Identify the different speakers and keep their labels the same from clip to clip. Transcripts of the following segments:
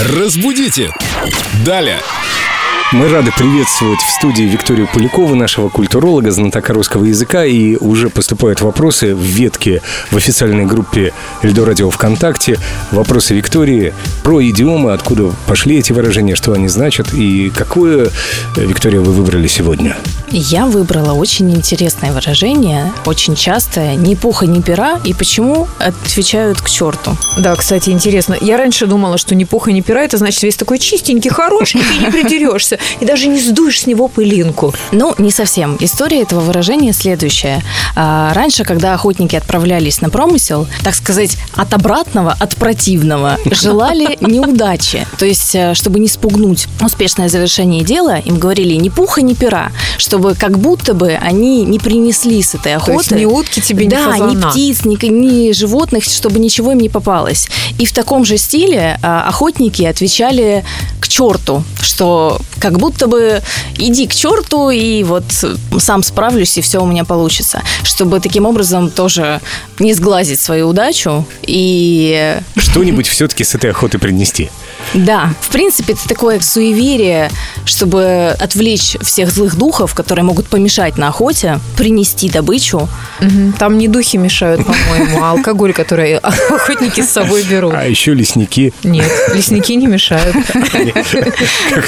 Speaker 1: Разбудите! Далее!
Speaker 2: Мы рады приветствовать в студии Викторию Полякову, нашего культуролога, знатока русского языка. И уже поступают вопросы в ветке в официальной группе Эльдо Радио ВКонтакте. Вопросы Виктории про идиомы, откуда пошли эти выражения, что они значат и какое, э, Виктория, вы выбрали сегодня.
Speaker 3: Я выбрала очень интересное выражение, очень частое, ни пуха, ни пера, и почему отвечают к черту.
Speaker 4: Да, кстати, интересно. Я раньше думала, что ни пуха, ни пера, это значит весь такой чистенький, хорошенький, и не придерешься. И даже не сдуешь с него пылинку.
Speaker 3: Ну, не совсем. История этого выражения следующая. А, Раньше, когда охотники отправлялись на промысел, так сказать, от обратного, от противного, желали неудачи. То есть, э, чтобы не спугнуть успешное завершение дела, им говорили ни пуха, ни пера, чтобы как будто бы они не принесли с этой
Speaker 4: То
Speaker 3: охоты.
Speaker 4: есть ни утки тебе, ни
Speaker 3: да, ни
Speaker 4: фазана.
Speaker 3: птиц, ни, к- ни животных, чтобы ничего им не попалось. И в таком же стиле а, охотники отвечали к черту, что как будто бы иди к черту, и вот сам справлюсь, и все у меня получится. Чтобы таким образом тоже не сглазить свою удачу. И
Speaker 2: Что-нибудь все-таки с этой охоты принести.
Speaker 3: да, в принципе, это такое суеверие, чтобы отвлечь всех злых духов, которые могут помешать на охоте, принести добычу.
Speaker 4: Мгм. Там не духи мешают, по-моему, а алкоголь, который охотники с собой берут.
Speaker 2: А еще лесники.
Speaker 4: Нет, лесники не мешают.
Speaker 2: Как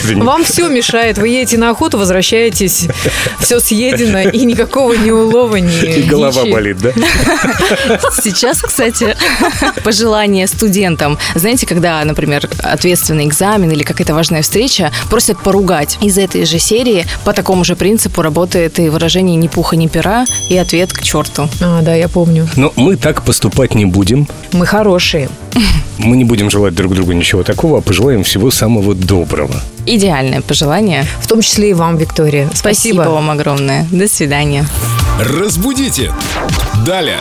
Speaker 2: это не-
Speaker 4: Вам все мешает. Вы едете на охоту, возвращаетесь, все съедено, и никакого ни улова, ни
Speaker 2: И голова
Speaker 4: ничего.
Speaker 2: болит, да?
Speaker 3: Сейчас, кстати, пожелание студентам. Знаете, когда, например, ответственный экзамен или какая-то важная встреча, просят поругать. Из этой же серии по такому же принципу работает и выражение «ни пуха, ни пера» и ответ «к черту».
Speaker 4: А, да, я помню.
Speaker 2: Но мы так поступать не будем.
Speaker 4: Мы хорошие.
Speaker 2: Мы не будем желать друг другу ничего такого, а пожелаем всего самого доброго.
Speaker 3: Идеальное пожелание.
Speaker 4: В том числе и вам, Виктория.
Speaker 3: Спасибо вам огромное. До свидания.
Speaker 1: Разбудите! Далее!